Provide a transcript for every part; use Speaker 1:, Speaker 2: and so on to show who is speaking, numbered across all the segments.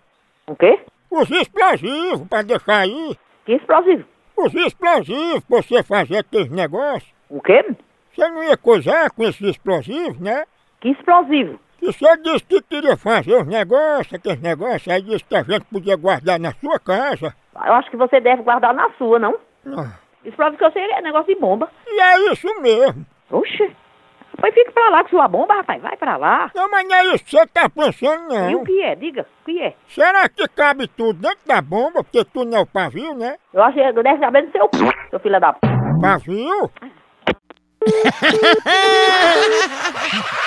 Speaker 1: O quê?
Speaker 2: Os explosivos pra deixar aí.
Speaker 1: Que explosivo?
Speaker 2: Os explosivos pra você fazer aqueles negócios.
Speaker 1: O quê?
Speaker 2: Você não ia coisar com esses explosivos, né?
Speaker 1: Que explosivo?
Speaker 2: E você disse que queria fazer os negócios, aqueles negócios, aí disse que a gente podia guardar na sua casa.
Speaker 1: Eu acho que você deve guardar na sua, não?
Speaker 2: Ah,
Speaker 1: Explosivo que eu sei é negócio de bomba.
Speaker 2: E é isso mesmo.
Speaker 1: Oxe. Rapaz, fica pra lá com sua bomba, rapaz. Vai pra lá.
Speaker 2: Não, mas não é isso que você tá pensando,
Speaker 1: E o
Speaker 2: não.
Speaker 1: que é? Diga, o que é?
Speaker 2: Será que cabe tudo dentro da bomba? Porque tu não é o pavio, né?
Speaker 1: Eu acho que eu deve saber do seu p, seu filho da p.
Speaker 2: Pavio?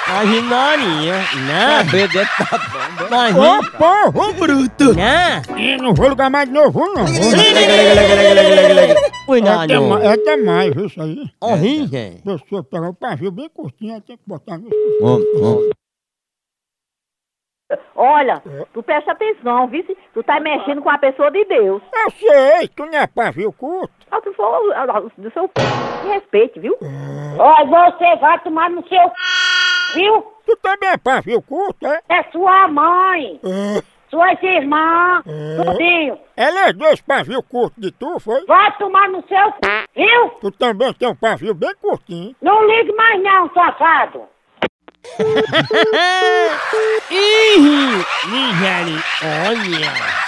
Speaker 3: Mas ignorinha. Não,
Speaker 4: Saber dentro da
Speaker 3: mas
Speaker 2: Ô, porra!
Speaker 3: bruto. Não.
Speaker 2: Ih, não vou lugar mais novo, não.
Speaker 3: Foi
Speaker 2: É dema-
Speaker 3: não.
Speaker 2: É demais isso aí.
Speaker 3: Horrível.
Speaker 2: A pessoa pegar o pavio bem curtinho, aí tem que botar no...
Speaker 4: Homem, homem.
Speaker 1: Olha, tu presta atenção, viu? Se Tu tá mexendo com a pessoa de Deus.
Speaker 2: Eu sei, tu não é pavio curto.
Speaker 1: Ah, tu for ah, ah, do seu p. Me respeite, viu?
Speaker 5: Olha, você vai tomar no seu. Viu?
Speaker 2: Tu também é pavio curto, é?
Speaker 5: É sua mãe,
Speaker 2: Ah,
Speaker 5: suas irmãs, tudinho.
Speaker 2: Ela é dois pavio curto de tu, foi?
Speaker 5: Vai tomar no seu. Viu?
Speaker 2: Tu também tem um pavio bem curtinho.
Speaker 5: Não ligue mais não, safado.
Speaker 3: Ih, Nigeri. Olha.